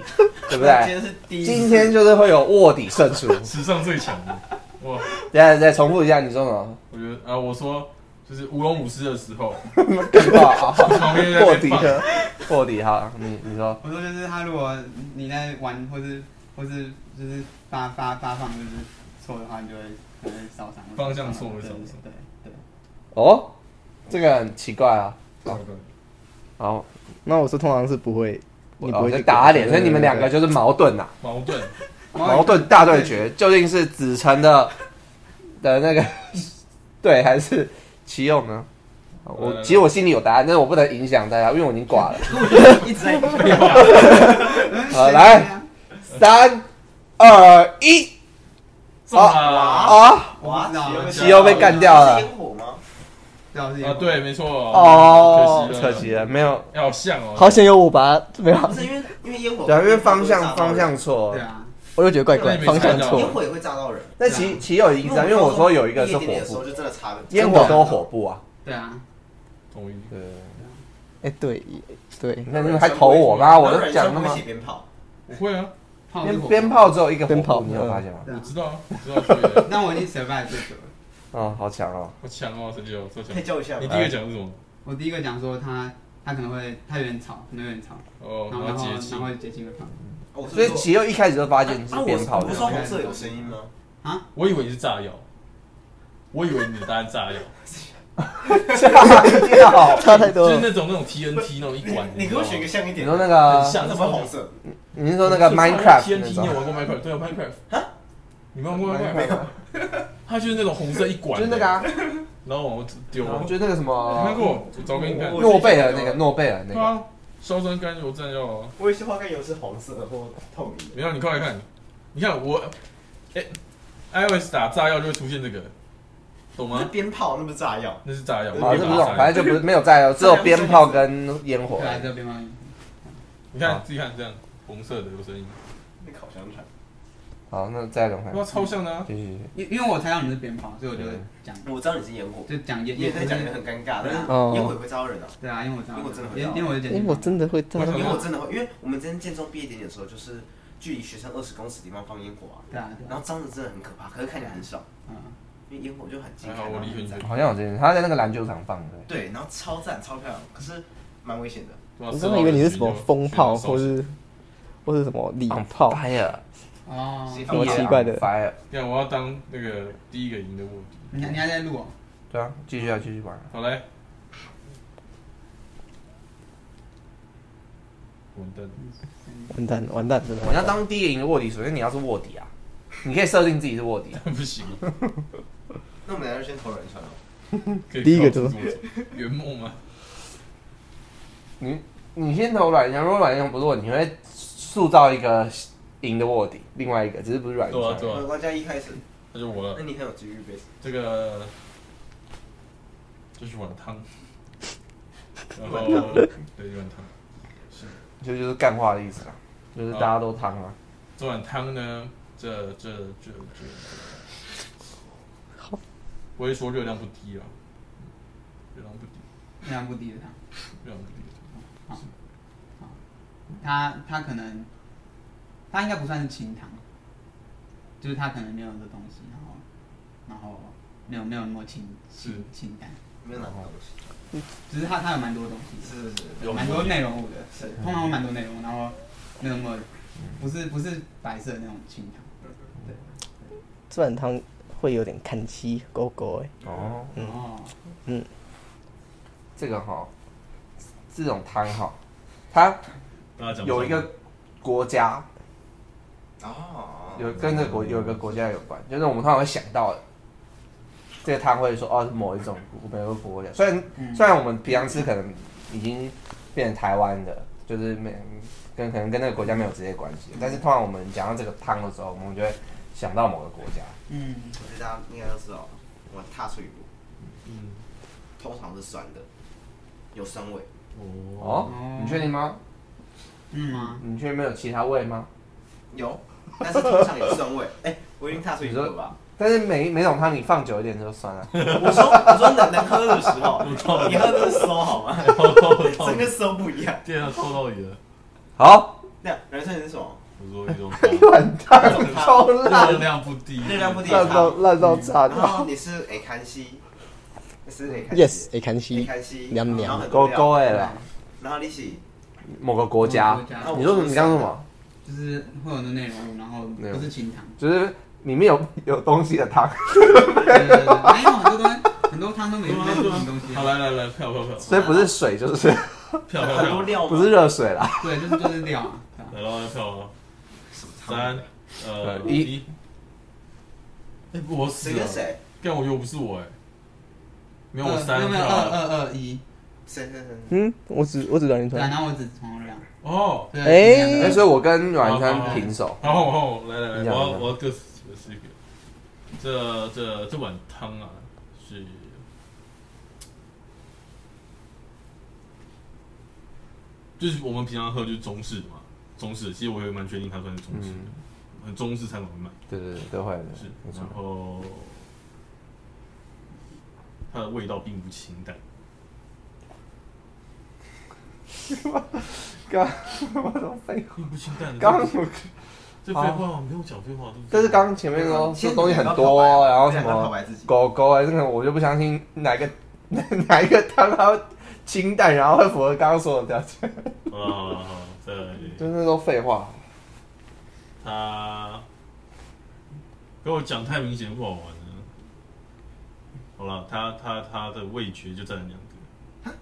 Speaker 1: 对不
Speaker 4: 今
Speaker 1: 对？
Speaker 4: 天是第一次，
Speaker 1: 今天就是会有卧底胜出。等
Speaker 3: 史上最强的。哇，
Speaker 1: 一下再重复一下，你说什
Speaker 5: <laughs>
Speaker 1: 么？
Speaker 3: 我觉得啊，我说就是舞龙舞狮的时候，
Speaker 1: 更棒，
Speaker 3: 旁边在
Speaker 1: 卧
Speaker 3: 那边
Speaker 1: 底
Speaker 3: 放，
Speaker 1: 的卧底哈，你你说
Speaker 2: 我说就是他如果你在玩或是或是就是发发发放就是错的话，你就会可能会烧伤。
Speaker 3: 方向错会烧伤
Speaker 2: 对对。
Speaker 1: 哦，这个很奇怪啊。好，
Speaker 5: 那我说通常是不会，你不
Speaker 1: 我
Speaker 5: 会
Speaker 1: 哦就
Speaker 5: 去
Speaker 1: 打他脸，
Speaker 5: 过
Speaker 1: 所
Speaker 5: 去
Speaker 1: 以你们两个就是矛盾啊呐、
Speaker 3: 矛盾，
Speaker 1: 矛盾大对决，究竟是子晨的的那个对，还是齐勇呢？我其实我心里有答案，但是我不能影响大家，因为我已经挂了。
Speaker 2: 一直在。
Speaker 1: 好来三二一，
Speaker 3: 中啊！
Speaker 1: 啊！
Speaker 2: 我不知道
Speaker 4: 哇
Speaker 1: 奇优被干掉了
Speaker 4: 是烟火吗？
Speaker 2: 对啊，是
Speaker 3: 啊，对，没错。
Speaker 1: 哦，
Speaker 3: 可
Speaker 1: 可
Speaker 3: 惜
Speaker 1: 惜
Speaker 3: 了，
Speaker 1: 了，没有，
Speaker 3: 哎好像哦，
Speaker 5: 好，险有我把他没有啊
Speaker 4: 不，是因为因为烟火，
Speaker 1: 对啊，因为方向方向错
Speaker 2: 对。啊，
Speaker 5: 我就觉得怪怪
Speaker 3: 那，你没
Speaker 1: 哦
Speaker 5: 方向
Speaker 3: 看到
Speaker 5: 错
Speaker 4: 烟
Speaker 5: 了。
Speaker 4: 火也会炸到人。
Speaker 1: 那齐齐友已经知道，因为我说有一个是
Speaker 4: 夜
Speaker 1: 火
Speaker 4: 店的时候
Speaker 1: 部，
Speaker 4: 就真的差了，
Speaker 1: 烟火都火部啊。
Speaker 2: 对啊，
Speaker 3: 同意。
Speaker 1: 对，
Speaker 5: 哎、对对
Speaker 1: 你，看你们还投我吗？我都讲那
Speaker 4: 然
Speaker 1: 么
Speaker 4: 后人生不会一起鞭炮，
Speaker 3: 我会啊，
Speaker 2: 炮是
Speaker 1: 鞭
Speaker 2: 火
Speaker 1: 鞭。炮只有一个火
Speaker 5: 鞭炮
Speaker 1: 部，你有发现吗？
Speaker 2: 对
Speaker 3: 我
Speaker 2: 啊
Speaker 3: 知道啊，我知道所以的，
Speaker 2: 但我已经 survive 最久了。
Speaker 1: 嗯，好强哦！
Speaker 3: 好强哦，陈杰，我超强
Speaker 4: 可以。教一下
Speaker 3: 你
Speaker 4: 吗
Speaker 3: 第？一个讲的是什么？
Speaker 2: 我第一个讲说他他可能会他有点吵，可能有点吵，
Speaker 3: 哦
Speaker 2: 然，后
Speaker 3: 然
Speaker 2: 然
Speaker 3: 后
Speaker 2: 后
Speaker 3: 节
Speaker 2: 然
Speaker 3: 庆
Speaker 2: 后，结晶会放
Speaker 4: 哦我是
Speaker 1: 所以
Speaker 4: 说
Speaker 1: 齐佑一开始就发现
Speaker 4: 啊
Speaker 1: 是
Speaker 4: 我
Speaker 1: 鞭炮
Speaker 4: 我
Speaker 1: 的
Speaker 2: 是。
Speaker 4: 说红色有声音吗？
Speaker 2: 啊，
Speaker 3: 我以为你是炸药，我以为你的答案炸药，
Speaker 5: 差太多
Speaker 3: 就是
Speaker 5: 了。
Speaker 3: 那种那种 TNT 那种一管。
Speaker 4: 你
Speaker 3: 知
Speaker 4: 给
Speaker 3: 道
Speaker 4: 我
Speaker 3: 吗
Speaker 4: 选一个像一
Speaker 1: 你
Speaker 4: 点的，
Speaker 1: 说那
Speaker 5: 呃
Speaker 1: 个
Speaker 3: 很，像
Speaker 4: 像什么红色？
Speaker 1: 你是说那个 Minecraft 那
Speaker 3: TNT 你有
Speaker 1: 种？
Speaker 3: 玩过 Minecraft？对啊，Minecraft。你没玩过 Minecraft？
Speaker 1: Minecraft
Speaker 3: 它就是那种红色一管，
Speaker 1: 就是那个啊，
Speaker 3: 然后往丢。
Speaker 1: 就是那个什
Speaker 3: 你看
Speaker 1: 么
Speaker 3: 过？我找给你看。
Speaker 1: 诺贝尔那个诺贝尔那
Speaker 3: 对
Speaker 1: 个，
Speaker 3: 啊，硝酸甘油战药啊。
Speaker 4: 我也是花盖油是红色或透明的。
Speaker 3: 没有，你快来看，你看我，哎，iOS 打炸药就会出现这个，懂
Speaker 4: 那是
Speaker 3: 吗？
Speaker 4: 鞭炮，那不是炸药。
Speaker 3: 那是炸药。
Speaker 1: 啊，
Speaker 4: 好
Speaker 1: 这
Speaker 4: 像
Speaker 1: 不懂，反正就不是没有炸药，只有鞭炮跟烟火
Speaker 2: 对。啊，这个鞭炮。
Speaker 3: 你看自己看这样，红色的有声音，
Speaker 4: 那烤香肠，
Speaker 1: 好，那再轮回
Speaker 3: 哇，。超像的啊！
Speaker 1: 继续，
Speaker 2: 因因为我猜到你是鞭炮，所以我就讲，
Speaker 4: 我知道你是烟火，
Speaker 2: 就讲烟
Speaker 4: 你也
Speaker 2: 烟
Speaker 4: 在讲也很尴尬，但是
Speaker 3: 嗯
Speaker 5: 哦
Speaker 4: 烟火也会招人啊。
Speaker 2: 对啊，因为我知道，
Speaker 4: 因为我真的会
Speaker 2: 因为因为我就讲，
Speaker 5: 哎，我真的会炸
Speaker 4: 因
Speaker 5: 吗，
Speaker 3: 嗯
Speaker 4: 为我真的会，因为我们今天建中毕业典礼的时候，就是距离学生二十公尺地方放烟火啊，
Speaker 2: 对啊
Speaker 3: 嗯
Speaker 2: 对
Speaker 4: 然
Speaker 2: 啊，
Speaker 4: 后张的真的很可怕，可是看起来很少，
Speaker 2: 嗯，
Speaker 4: 因为烟火就很近，
Speaker 3: 还
Speaker 4: 看
Speaker 3: 好我
Speaker 4: 到
Speaker 3: 离
Speaker 4: 很
Speaker 3: 很
Speaker 4: 赞
Speaker 3: 远。
Speaker 1: 好像有这件事，他在那个篮球场放的。
Speaker 4: 对，然后超赞超漂亮，可是蛮危险的。
Speaker 3: 我
Speaker 5: 我真的以为你是什么风炮，或是或是什么礼炮，
Speaker 1: fire，
Speaker 2: 哦，
Speaker 4: 西
Speaker 5: 什
Speaker 4: 方
Speaker 5: 么奇怪的
Speaker 1: fire。
Speaker 3: 看我要当那个第一个赢的卧底。
Speaker 2: 你还你还在录哦，
Speaker 1: 对啊，继续啊，继续玩啊。
Speaker 3: 好来，完蛋，
Speaker 5: 完蛋完蛋，真的
Speaker 1: 我
Speaker 5: 完
Speaker 1: 要
Speaker 5: 蛋。
Speaker 1: 当第一营的卧底，首先你要是卧底啊，你可以设定自己是卧底啊。
Speaker 3: <laughs> 不行，
Speaker 4: 那我们俩就先投人传了，
Speaker 3: 可以
Speaker 5: 第一个
Speaker 3: 靠
Speaker 5: 就是
Speaker 3: 自我圆梦啊，
Speaker 1: 你你先投软枪，如果软枪不弱，你会塑造一个赢的卧底，另外一个只是不是软
Speaker 3: 对啊对
Speaker 1: 枪。
Speaker 3: 啊，
Speaker 4: 玩家一开始，
Speaker 3: 那就我
Speaker 4: 那
Speaker 3: 了，
Speaker 4: 你很有机遇呗。
Speaker 3: 这个就是碗
Speaker 5: <laughs>
Speaker 3: 汤，然后对一碗汤，
Speaker 1: 就就是干话的意思啊，就是大家都汤啊。
Speaker 3: 这碗汤呢，这这这这，
Speaker 5: 好，
Speaker 3: 不会说热量不低啊，热量不低，
Speaker 2: 非常不低的他。
Speaker 3: 热量不低。
Speaker 2: 他他可能，他应该不算是清汤，就是他可能没有这东西，然后然后没有没有那么清清清淡，
Speaker 4: 没有拿到东西，
Speaker 2: 只是他他有蛮多东西
Speaker 4: 是是是，
Speaker 2: 的，蛮多内容物的，是通常有蛮多内容，然后没有那么不
Speaker 4: 嗯
Speaker 2: 是不是白色的那种清汤，
Speaker 5: 这碗汤会有点看漆勾勾哎，
Speaker 1: 哦，
Speaker 5: 嗯
Speaker 2: 哦，
Speaker 1: 这个哈，这种汤哈，它
Speaker 3: 大家讲
Speaker 1: 有一个国家
Speaker 4: 哦，
Speaker 1: 有跟这个国有一个国家有关，就是我们通常会想到的。这个汤会说哦，是某一种某个国家。虽然、
Speaker 2: 嗯
Speaker 1: 虽然我们平常吃可能已经变成台湾的，就是没跟可能跟那个国家没有直接关系，但是通常我们讲到这个汤的时候，我们就会想到某个国家。
Speaker 2: 嗯，
Speaker 4: 我觉得大家应该都知道，我踏出一步，
Speaker 3: 嗯
Speaker 4: 通常是酸的，有酸味，
Speaker 3: 哦
Speaker 1: 哦，你确定吗？
Speaker 2: 嗯吗？
Speaker 1: 你确定没有其他味吗？
Speaker 4: 有，但是通常有酸 <laughs> 味。哎，我已经踏出一步了吧？
Speaker 1: 但是每每种汤你放久一点就酸了、
Speaker 4: 我说我说能能喝的时 <laughs> 候，你喝的是馊好 <laughs> 吗？整个馊不一样。
Speaker 3: 天啊，透到你了！
Speaker 1: 好，
Speaker 4: 那人参是什么？
Speaker 3: 我说一种
Speaker 1: 一碗汤超辣，
Speaker 3: 热量不低，
Speaker 4: 热量不低
Speaker 5: 烂到烂到
Speaker 1: 啊
Speaker 4: <laughs>
Speaker 5: 炸
Speaker 4: 然后
Speaker 5: 掉。
Speaker 4: 你是 A 康熙，是 A 康熙
Speaker 5: Yes，哎，看
Speaker 4: A
Speaker 5: 漆，
Speaker 4: 康熙，
Speaker 5: 凉凉
Speaker 4: 然后很
Speaker 1: 勾
Speaker 4: 多
Speaker 1: 勾
Speaker 4: 料，
Speaker 1: 哎啦，
Speaker 4: 然后你是
Speaker 1: 某个国家
Speaker 2: 某个国家。
Speaker 1: 你说什么？你刚刚说什么？
Speaker 2: 就是会有的内容物，然后不是清汤，
Speaker 1: 就是里面有有东西的 <laughs> 汤，
Speaker 2: 对对对，没有很多东西，很多汤都没没什么东西
Speaker 3: 好，
Speaker 2: 啊，
Speaker 3: 来来来，票票票
Speaker 1: 所以不是水就是
Speaker 3: 票票
Speaker 4: 很
Speaker 3: 票，
Speaker 4: 多料
Speaker 1: 不是热水 <laughs> 啦。
Speaker 2: 对，就是就是料啊，对吧
Speaker 3: 来了票了，
Speaker 4: 什么
Speaker 3: 三呃
Speaker 1: 对一
Speaker 3: 一，哎，我死
Speaker 4: 谁跟
Speaker 3: 了，
Speaker 4: 谁？
Speaker 3: 干我又不是我哎，没有我
Speaker 2: 二
Speaker 3: 三
Speaker 2: 没有没有
Speaker 3: 票
Speaker 2: 二
Speaker 3: 啊
Speaker 2: 二二一，
Speaker 4: 谁谁谁？
Speaker 5: 嗯，我只我只软银
Speaker 2: 对啊，
Speaker 5: 团
Speaker 2: 然，后我只从两，
Speaker 3: 哦，
Speaker 2: 对，
Speaker 5: 哎
Speaker 1: 哎，
Speaker 2: 两
Speaker 1: 所
Speaker 2: 个
Speaker 1: 以我跟阮山平手。
Speaker 3: 然后然后哦来来
Speaker 1: 你
Speaker 3: 来，
Speaker 1: 讲
Speaker 3: 我
Speaker 1: 你
Speaker 3: 要
Speaker 1: 讲
Speaker 3: 我要各死四个，这这这碗汤啊是就是我们平常喝就是中式的嘛，中式的，其实我也蛮确定它算是中式的
Speaker 1: 嗯，，
Speaker 3: 很中式餐馆会卖。
Speaker 1: 对对对，都会的
Speaker 3: 是，
Speaker 1: 没，错
Speaker 3: 然。后它的味道并不清淡，
Speaker 1: 刚我都废话，
Speaker 3: 并不清淡的。
Speaker 1: 刚
Speaker 3: 这这废话没有讲废话，对不对
Speaker 1: 但是刚前面哦说
Speaker 4: 先
Speaker 1: 说东西很
Speaker 4: 不要
Speaker 1: 多，啊
Speaker 4: 表白
Speaker 1: 然后什
Speaker 4: 不要表
Speaker 1: 么
Speaker 4: 白自己
Speaker 1: 狗狗哎，这个我就不相信哪个 <laughs> 哪一个汤它会清淡，然后会符合刚刚说的条件，
Speaker 3: 好了好了好了，再来
Speaker 1: 就是那都废话。
Speaker 3: 他跟我讲太明显不好玩了。好了，他他他的味觉就占了两个，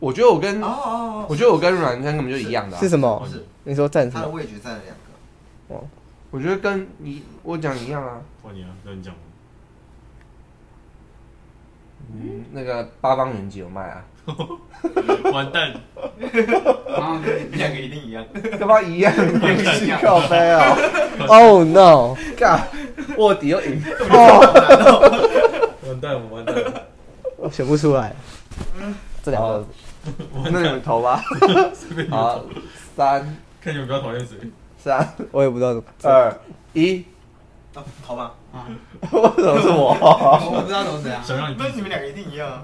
Speaker 1: 我觉得我跟
Speaker 4: 哦哦
Speaker 1: 嗯我觉得我跟阮山根本就一样的啊啊
Speaker 5: 是。什么
Speaker 3: 不？
Speaker 4: 是
Speaker 5: 你说站
Speaker 4: 哦，
Speaker 5: 什
Speaker 4: 他的
Speaker 5: 么？
Speaker 4: 味觉占了两个，
Speaker 1: 我觉得跟你我讲一样啊。
Speaker 3: 换你啊，那你讲吧。
Speaker 1: 嗯，那个八方云集有卖啊，
Speaker 3: 完蛋，
Speaker 2: 然后就是
Speaker 4: 两个一定一样。
Speaker 1: 干嘛一样？
Speaker 4: 一
Speaker 2: <laughs>
Speaker 4: 样
Speaker 1: <laughs> 靠背哦，
Speaker 5: Oh no！
Speaker 1: 干卧底又赢。
Speaker 3: <laughs> 完蛋，我完蛋了，
Speaker 5: 我选不出来，这两
Speaker 1: 好
Speaker 5: 个
Speaker 1: 那你们投吧。好，三
Speaker 4: 啊
Speaker 3: 看你们比较讨厌谁。
Speaker 1: 三
Speaker 5: 我也不知道怎么。
Speaker 1: 二一，
Speaker 4: 哦，好吧，
Speaker 2: 啊，
Speaker 1: <laughs> 为什么是我？
Speaker 2: 我不知道都是谁啊。
Speaker 3: 想让你
Speaker 4: 那你们两个一定一样啊。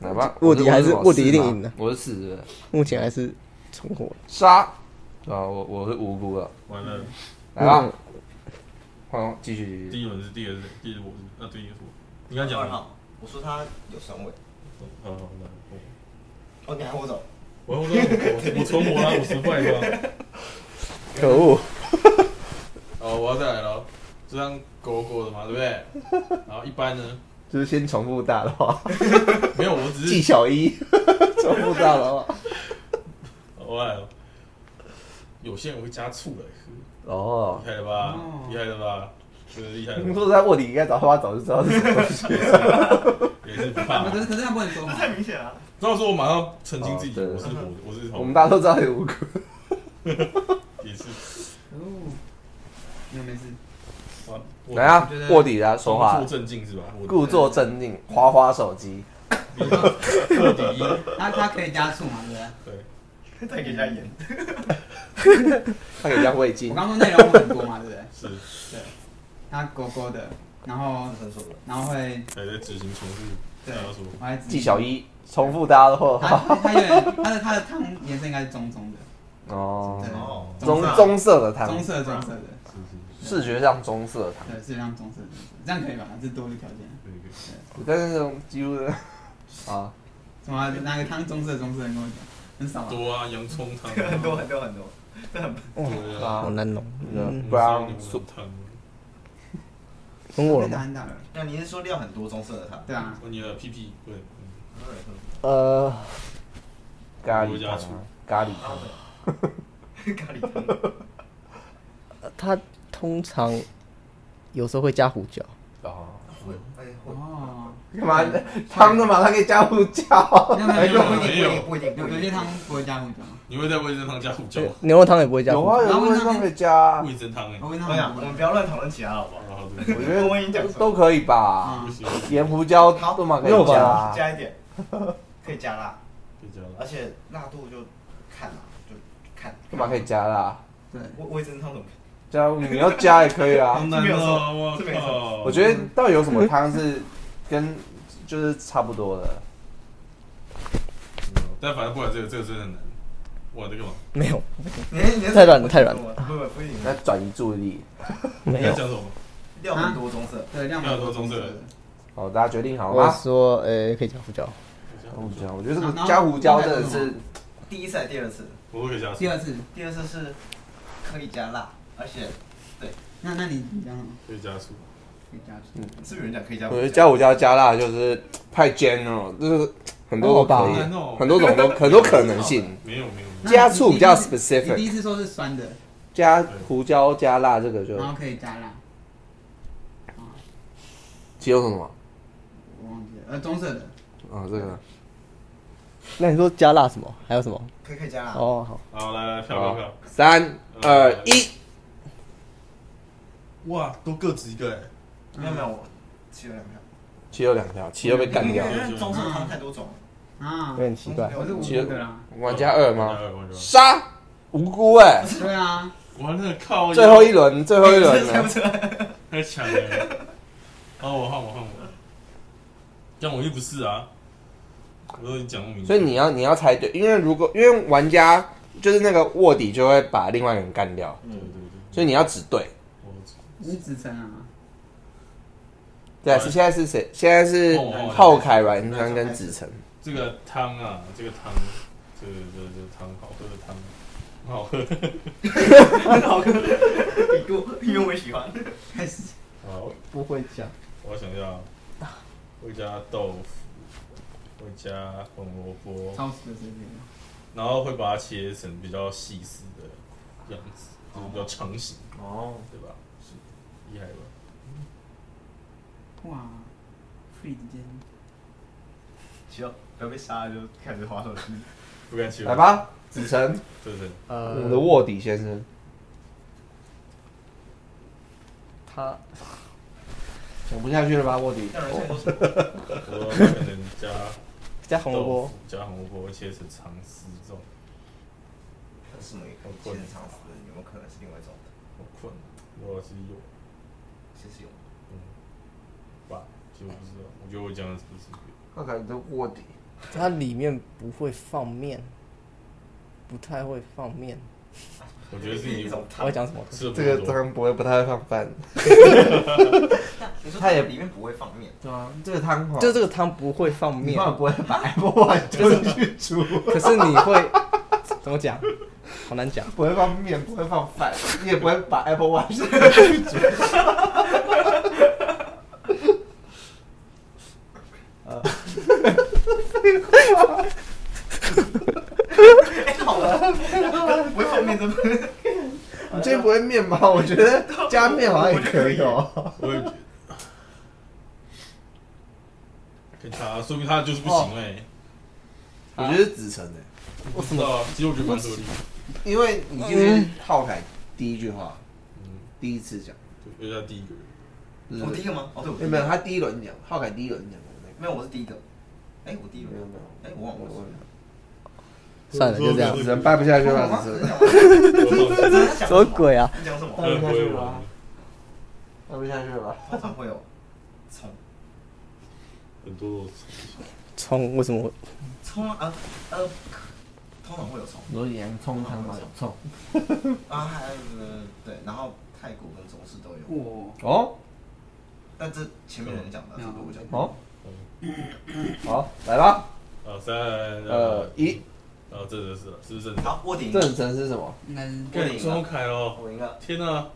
Speaker 1: 来吧，
Speaker 5: 卧底还是卧底一定赢
Speaker 1: 的
Speaker 5: 的。
Speaker 1: 我是四是不是，
Speaker 5: <laughs> 目前还是存活。
Speaker 1: 杀，对吧？我我是无辜的，
Speaker 3: 完了，
Speaker 1: 来
Speaker 5: 嗯
Speaker 1: 吧，换继续继续
Speaker 3: 第一轮是第二是第一是我是，那第一个是我，你刚讲
Speaker 4: 二
Speaker 3: 了吗，
Speaker 4: 号，我说他有双尾，
Speaker 3: 嗯，好来我
Speaker 4: 哦，你还我走，
Speaker 3: 我我我我存活了五十块是吧？
Speaker 5: 可恶！
Speaker 3: <laughs> 哦，我要再来了，这张狗狗的嘛，对不对？ <laughs> 然后一般呢，
Speaker 1: 就是先重复大的话，
Speaker 3: 没有，我只
Speaker 4: <laughs>
Speaker 1: 纪
Speaker 3: 是
Speaker 1: 晓
Speaker 5: <laughs>
Speaker 1: 一重复大的话。
Speaker 3: 我来了，有些人会加醋来喝，
Speaker 1: 哦
Speaker 3: 厉，害了吧
Speaker 2: 哦？
Speaker 3: 厉害了吧？真的厉害
Speaker 1: 你
Speaker 3: 了吧，
Speaker 1: 说在卧底应该早他妈早就知道是什么东西。
Speaker 3: 也是不怕
Speaker 2: 可。是可是他不能说
Speaker 4: 那
Speaker 2: 谎，
Speaker 4: 太明显了。
Speaker 3: 那时候我马上澄清自己，
Speaker 1: 哦对
Speaker 3: 我是我我是
Speaker 1: 我们大家都知道很
Speaker 5: <laughs>
Speaker 1: 无辜。
Speaker 3: 也是
Speaker 2: 哦，没有没事，
Speaker 3: 啊，我
Speaker 1: 来啊
Speaker 2: 我觉，得
Speaker 1: 卧底的说话
Speaker 3: 故，作镇静是吧？我
Speaker 1: 故作镇定，花花手机。
Speaker 3: 卧底一，
Speaker 2: 他他可以加醋嘛，对不对？
Speaker 3: 对，
Speaker 4: 再给人家演，
Speaker 1: 他给人家喂
Speaker 2: 我
Speaker 1: 进，
Speaker 2: 刚说内容很多嘛，对不对？
Speaker 3: 是
Speaker 2: 他狗狗的，然后
Speaker 4: 很熟的。
Speaker 2: 然后会
Speaker 3: 还在执行重复，
Speaker 2: 对
Speaker 3: 还要说，
Speaker 2: 我还记
Speaker 1: 纪晓一重复大家的
Speaker 2: 他
Speaker 1: 话。
Speaker 2: 他有点他的他的汤颜色应该是棕棕的，
Speaker 1: 哦，
Speaker 2: 对，
Speaker 4: 哦
Speaker 1: 棕
Speaker 2: 棕色
Speaker 1: 棕色的汤
Speaker 2: 棕，色棕色的，
Speaker 3: 是是，
Speaker 1: 视觉上棕色的汤，
Speaker 2: 对，是让棕色的，这样可以吧？这多一个条件，
Speaker 3: 那个
Speaker 1: 但是那种几乎的 <laughs> 啊，
Speaker 2: 什么拿个汤棕色棕色的跟我讲，很少啊。
Speaker 3: 多啊，洋葱汤啊，
Speaker 4: 很多很多很多，这很
Speaker 3: 对啊，
Speaker 5: 好难弄。
Speaker 1: 那个
Speaker 5: 嗯，
Speaker 1: brown
Speaker 3: 洋
Speaker 1: soup
Speaker 3: 葱汤，
Speaker 5: 存活了
Speaker 2: 被打
Speaker 5: 吗？
Speaker 2: 很大了，
Speaker 4: 那你是说料很多棕色的它？
Speaker 2: 对啊，
Speaker 3: 哦你的屁屁对，嗯
Speaker 5: 呃，
Speaker 1: 咖喱
Speaker 3: 加
Speaker 1: 汤
Speaker 3: 醋
Speaker 1: 啊，咖喱汤，
Speaker 4: <laughs> 咖喱汤，
Speaker 5: 它通常有时候会加胡椒。
Speaker 1: 哦，
Speaker 4: 会，哎会，
Speaker 2: 哦，
Speaker 1: 干 <laughs> 嘛汤的嘛，他可以加胡椒，
Speaker 2: 没有没有没有
Speaker 4: 不一定哎不一定不
Speaker 2: 有
Speaker 4: 一
Speaker 2: 有些
Speaker 4: 定，
Speaker 2: 汤不会加胡椒，
Speaker 3: 你会在味噌汤加胡椒？
Speaker 5: 牛肉汤也不会加
Speaker 1: 有
Speaker 5: 胡椒
Speaker 1: 啊，。有
Speaker 2: 然后
Speaker 1: 味
Speaker 2: 那
Speaker 1: 噌
Speaker 2: 边
Speaker 1: 可以加啊，
Speaker 3: 味噌汤哎，
Speaker 2: 我跟他
Speaker 4: 我想
Speaker 2: 们不
Speaker 4: 我
Speaker 2: 会
Speaker 4: 们不要乱讨论其他的好不好？
Speaker 3: 然后对，
Speaker 1: 我觉
Speaker 4: 我已经讲
Speaker 1: 得
Speaker 4: 错了
Speaker 1: 都可以吧，
Speaker 3: 不
Speaker 2: 嗯
Speaker 3: 行，
Speaker 1: 盐胡椒都嘛可以加啊，
Speaker 4: 加一点，可以加辣，
Speaker 3: 别加了
Speaker 4: 而，且辣度就看啦，就看。
Speaker 1: 干嘛可以加啦？
Speaker 2: 对，
Speaker 4: 味味噌汤怎么？
Speaker 1: 加你要加也可以啊 <laughs>
Speaker 3: 好，难哦，我靠，
Speaker 1: 我觉得到底有什么汤是跟就是差不多的，
Speaker 3: 嗯但反正不管这个，这个真的很难。哇，这个嘛，
Speaker 5: 没有，
Speaker 4: 你你
Speaker 5: 太软了太软了
Speaker 4: 了，不不不一定，
Speaker 1: 那转移注意力。
Speaker 5: 没
Speaker 3: 你要
Speaker 5: 有。
Speaker 3: 讲什么？
Speaker 4: 料很多棕色，
Speaker 2: 对，量蛮多棕色的，
Speaker 1: 好，哦大家决定好了
Speaker 5: 我
Speaker 1: 吗？
Speaker 5: 说，呃，可以加胡椒。
Speaker 1: 胡椒，我觉得这个加胡椒真的是
Speaker 4: 第一次还是第二次？
Speaker 3: 我都可以加醋
Speaker 2: 第。二次，
Speaker 4: 第二次是可以加辣，而且
Speaker 2: 那那你你讲什么？
Speaker 3: 可以加醋，
Speaker 2: 可以加醋。
Speaker 1: 嗯
Speaker 4: 是不是有人讲可以加
Speaker 1: 我？觉得加胡椒加辣就是太 general，就是很多都可
Speaker 3: 好难哦
Speaker 1: 以，很多种都很多可能性。
Speaker 3: 没有没有没有，
Speaker 1: 加醋比较
Speaker 2: 那你第一次
Speaker 1: specific
Speaker 2: 你第一次说是酸的，
Speaker 1: 加胡椒加辣这个就
Speaker 2: 然后可以加辣，啊，
Speaker 1: 其中什么
Speaker 2: 我忘记了，呃，棕色的，
Speaker 1: 啊？这个
Speaker 5: 那你说加辣什么？还有什么？
Speaker 4: 可以可以加辣，
Speaker 5: 哦，好，
Speaker 3: 好来来票
Speaker 1: 好
Speaker 3: 票票，
Speaker 1: 三二一，
Speaker 3: 哇，都各执一个哎，
Speaker 4: 没有没有，我其实有两票。
Speaker 1: 七有两条，七又被干掉。
Speaker 4: 因为棕色汤太多种了，
Speaker 2: 啊
Speaker 5: 有，点奇怪。
Speaker 2: 我是无
Speaker 1: 其实
Speaker 2: 辜的啦，
Speaker 1: 玩家二
Speaker 3: 玩
Speaker 1: 吗
Speaker 3: 家？二玩家
Speaker 1: 杀无辜哎，
Speaker 2: 对啊，
Speaker 3: 二完了靠，
Speaker 1: 最后一轮，最后一轮
Speaker 4: 猜
Speaker 1: 了
Speaker 4: 不。
Speaker 1: <laughs>
Speaker 4: 出来。
Speaker 3: 太强了。哦，我换我换我，但我又不是啊，我都已经讲不明白。
Speaker 1: 所以你要你要猜对，因为如果因为玩家就是那个卧底就会把另外一个人干掉，
Speaker 3: 对
Speaker 4: 嗯
Speaker 3: 对对，
Speaker 1: 所以你要指对。
Speaker 3: 我
Speaker 2: 你是子辰啊，
Speaker 1: 对，
Speaker 3: 对
Speaker 1: 是现在是谁？现在是
Speaker 3: 哦哦哦
Speaker 1: 浩凯、阮章跟子晨。
Speaker 3: 这个汤啊，这个汤，这个这个这个汤好喝的汤，很好喝。
Speaker 4: 很好喝，已故，因为我喜欢。
Speaker 2: 开始，
Speaker 3: 好，
Speaker 5: 不会加。
Speaker 3: 我想要，会加豆腐，会加红萝卜，
Speaker 2: 超死的随便，
Speaker 3: 然后会把它切成比较细丝的样子，就是比较长形，
Speaker 4: 哦，
Speaker 3: 对吧？是厉害吧？
Speaker 2: 哇，free 之间，
Speaker 4: 只要不要被杀了就开始划手机。
Speaker 3: 不敢切，
Speaker 1: 来，吧，子晨，
Speaker 3: 对对，
Speaker 5: 呃，
Speaker 1: 我的卧底先生。
Speaker 5: 他
Speaker 1: 讲不下去了吧，卧底？
Speaker 4: 让人现在都是
Speaker 3: 我可能加。
Speaker 5: 加红萝
Speaker 3: 豆
Speaker 5: 卜
Speaker 3: 腐，加红萝卜切成长丝状，
Speaker 4: 可是我们现场死人有没有可能是另外一种的？
Speaker 3: 好困，我是有，
Speaker 4: 其实有，
Speaker 3: 嗯，吧，其实我不知道，我觉得我讲的是不是
Speaker 1: 那可能是卧底。
Speaker 5: 它里面不会放面，不太会放面。
Speaker 3: 我觉得是
Speaker 4: 一
Speaker 3: 你
Speaker 4: 种
Speaker 5: 我
Speaker 4: 汤
Speaker 5: 要。讲什么？
Speaker 3: 吃的
Speaker 1: 这个
Speaker 3: 不够多
Speaker 1: 汤不会不太会放饭。
Speaker 4: 你说它也里面不会放面，
Speaker 1: 对啊，这个汤
Speaker 5: 就这个汤不会放面，
Speaker 1: 不会白碗
Speaker 5: 就是
Speaker 1: 去煮，
Speaker 5: 可是你会 <laughs> 怎么讲？好难讲。
Speaker 1: 不会放面，不会放饭，你也不会把 Apple <laughs> Watch
Speaker 4: 哎，好了，不会放面真的。
Speaker 1: 你这不会面吗？我觉得加面好像也可以哦。
Speaker 3: 我也觉得。 <laughs> 给他，啊说明他就是不
Speaker 1: 哦
Speaker 3: 行哎、
Speaker 1: 我觉得是子晨的，
Speaker 3: 我知道啊，其实我觉得蛮合理的，
Speaker 1: 因为你今天浩凯第一句话，嗯第一次讲，
Speaker 3: 就因为他第一个人，
Speaker 1: 就是
Speaker 4: 我第一个吗？哦，对，我第
Speaker 1: 没
Speaker 4: 一
Speaker 1: 有嗯没有，
Speaker 4: 个
Speaker 1: 他第一轮讲，浩凯第一轮讲的那个，
Speaker 4: 没有，我是第一个。哎，我第一轮
Speaker 1: 没有没有，
Speaker 4: 哎，我忘了
Speaker 1: 我
Speaker 4: 我
Speaker 5: 算了，就这样
Speaker 1: 子。人办不下去
Speaker 4: 是。啊
Speaker 1: 了，
Speaker 4: 吗？
Speaker 1: 子
Speaker 4: 真
Speaker 1: 晨
Speaker 4: 的吗
Speaker 3: 我
Speaker 4: 他讲
Speaker 5: 什么
Speaker 4: 么？
Speaker 5: 鬼啊？
Speaker 4: 你讲什么？
Speaker 3: 呃不会玩，
Speaker 1: 办不下去了
Speaker 4: <laughs>
Speaker 1: 吧？
Speaker 4: 通常会有葱
Speaker 3: 很多都
Speaker 5: 葱为什么？
Speaker 4: 葱啊呃呃，通常会有葱
Speaker 1: 罗洋葱汤嘛，葱
Speaker 4: 啊，还有呃对，然后泰国跟中式都有，
Speaker 2: 我
Speaker 1: 哦
Speaker 4: 但这前面人讲的，这不是我讲的。
Speaker 1: 哦，好来吧，
Speaker 3: 啊三
Speaker 1: 呃一，
Speaker 3: 啊这就是了，是不是正常？
Speaker 4: 好，卧底
Speaker 1: 这子晨是什么？
Speaker 2: 应该是
Speaker 4: 对
Speaker 3: 周凯哦，
Speaker 4: 我赢了，
Speaker 3: 天哪、啊！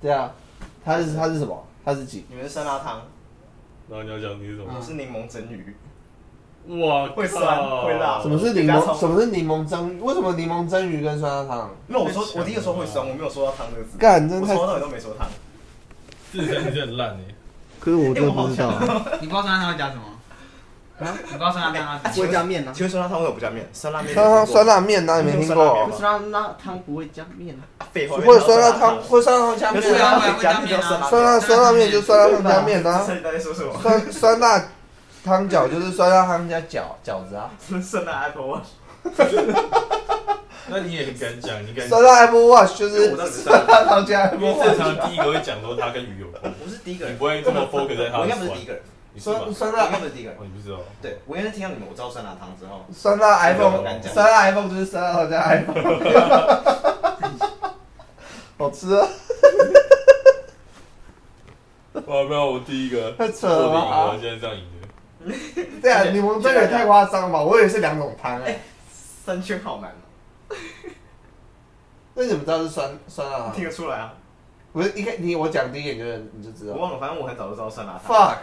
Speaker 1: 对啊，他是他是什么？他是几？
Speaker 4: 你们是酸辣汤，
Speaker 3: 然后你要讲你是什
Speaker 4: 我
Speaker 3: 么？
Speaker 4: 是柠檬蒸鱼，
Speaker 3: 哇
Speaker 1: <laughs>
Speaker 3: 靠，
Speaker 4: 会酸会辣
Speaker 1: 什么是柠
Speaker 4: 加葱
Speaker 1: 檬？什么是柠檬蒸？为什么柠檬蒸鱼跟酸辣汤？
Speaker 4: 没有，我说我第一个说会酸，我没有说到汤这个字。
Speaker 1: 干真的
Speaker 4: 我
Speaker 1: 太
Speaker 4: 从头到尾都没说汤。
Speaker 3: 自身你是很烂哎、
Speaker 5: 可是我
Speaker 4: 真的不知道啊
Speaker 2: 你不知道酸辣汤会加什么？你不知道酸辣汤要加什
Speaker 5: 不会
Speaker 2: 么？
Speaker 5: 加面啊
Speaker 4: 请问酸辣汤为什么不加面？酸辣面
Speaker 1: 酸辣汤酸辣面哪里没听过？
Speaker 5: 酸辣汤不会加面啊。
Speaker 4: 废话，
Speaker 1: 或者酸辣汤，或者酸辣汤加
Speaker 4: 可
Speaker 1: 面
Speaker 4: 是
Speaker 2: 对
Speaker 1: 啊
Speaker 2: 啊，
Speaker 4: 加面叫酸辣
Speaker 1: 酸辣酸辣面就酸辣汤加面啊，
Speaker 4: 你到底说什么？
Speaker 1: 酸酸辣汤饺就是酸辣汤加饺饺子啊，
Speaker 4: 酸辣 Apple Watch，
Speaker 3: 那你也很敢讲，你敢
Speaker 1: 酸辣 Apple Watch 就是
Speaker 4: <laughs> 我当时
Speaker 1: 酸辣汤加
Speaker 3: 因
Speaker 1: Apple
Speaker 3: 为正
Speaker 1: Watch，
Speaker 3: 常第一个会讲说他跟鱼有关，
Speaker 4: 我是第一个人，
Speaker 3: 你不会这么 focus 在他的
Speaker 4: 我应该不是第一个人，
Speaker 3: 你是吧？
Speaker 1: 酸酸
Speaker 4: 我应
Speaker 1: 辣
Speaker 4: 该不是第一个人。
Speaker 3: 哦，你不知道，
Speaker 4: 对，我应该是听到你们，我知道酸辣汤之后，
Speaker 1: <laughs> 酸辣哎
Speaker 4: 我敢
Speaker 1: iPhone，
Speaker 4: 讲
Speaker 1: 酸辣 iPhone 就是酸辣汤加 iPhone，好吃啊，
Speaker 3: 哇，哦没有，我第一个，
Speaker 1: 太扯了吧
Speaker 3: 我第一个，现在这样赢的，
Speaker 1: 对啊，柠檬这个也太夸张了吧，我以为是两种汤哎，
Speaker 4: 三圈好难哦，
Speaker 1: 那你怎么知道是酸酸辣汤
Speaker 4: 听？得出来啊。
Speaker 1: 不是一开你我讲第一眼就你就知
Speaker 4: 我
Speaker 1: 道
Speaker 4: 忘了，反正我很早就知道酸辣汤。
Speaker 1: ，fuck，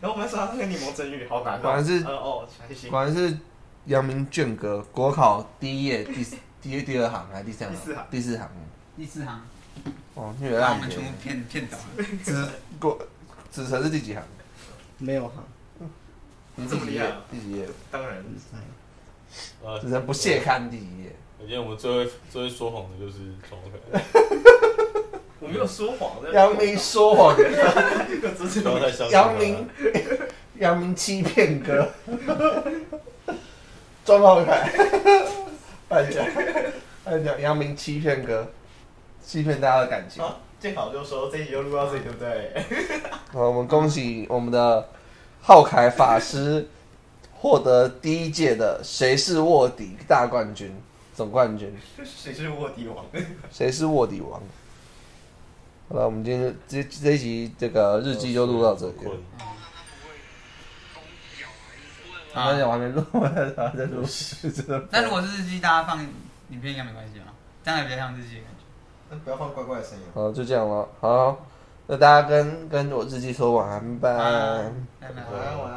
Speaker 4: 然后我们酸辣汤跟柠檬蒸鱼，好难哦。
Speaker 1: 果然是
Speaker 4: 呃哦，还行。
Speaker 1: 果然是阳明卷哥国考第一页第四第第二行还是第三行？
Speaker 4: 第
Speaker 1: 第四
Speaker 4: 四行
Speaker 1: 行。
Speaker 2: 第四行，
Speaker 1: 哦，那个
Speaker 2: 把我
Speaker 1: 烂
Speaker 2: 们
Speaker 1: 片
Speaker 2: 全，部骗骗倒了。
Speaker 1: 子国子辰是第几行？
Speaker 5: 没有哈，
Speaker 1: 你
Speaker 4: 这
Speaker 1: 第
Speaker 4: 么
Speaker 1: 几
Speaker 4: 厉害
Speaker 1: 页
Speaker 4: 啊？
Speaker 1: 第几页？
Speaker 4: 当然，
Speaker 3: 啊
Speaker 1: 子辰不屑。看第几页？
Speaker 3: 我觉得我们最会最会说谎的就是周凯，
Speaker 4: 我没有说谎。
Speaker 1: 杨明说谎，
Speaker 4: 这个真
Speaker 3: 不要
Speaker 4: 的
Speaker 3: 太相信他
Speaker 1: 杨明，杨明欺骗 <laughs> 哥，庄浩凯， <laughs> 半讲半讲，杨明欺骗哥，欺骗大家的感情。
Speaker 4: 好，最啊好就说这一集就录到这里，对不对？ <laughs>
Speaker 1: 好，我们恭喜我们的浩凯法师获得第一届的“谁是卧底”大冠军、总冠军，
Speaker 4: 谁是卧底王？
Speaker 1: 谁是卧底王？好了，我们今天这这一集这个日记就录到这里了。
Speaker 2: 啊
Speaker 1: 而且我还没录，我还在 <laughs> 录，真的。
Speaker 2: 那如果是日记，大家放影片应该没关系吧？这样也比较像日记的感觉。
Speaker 4: 那不要放怪怪的声音哦。
Speaker 1: 好，就这样了。好，那大家跟跟我日记说晚安，拜。
Speaker 5: 呃
Speaker 2: 拜拜。
Speaker 4: 晚安，晚安。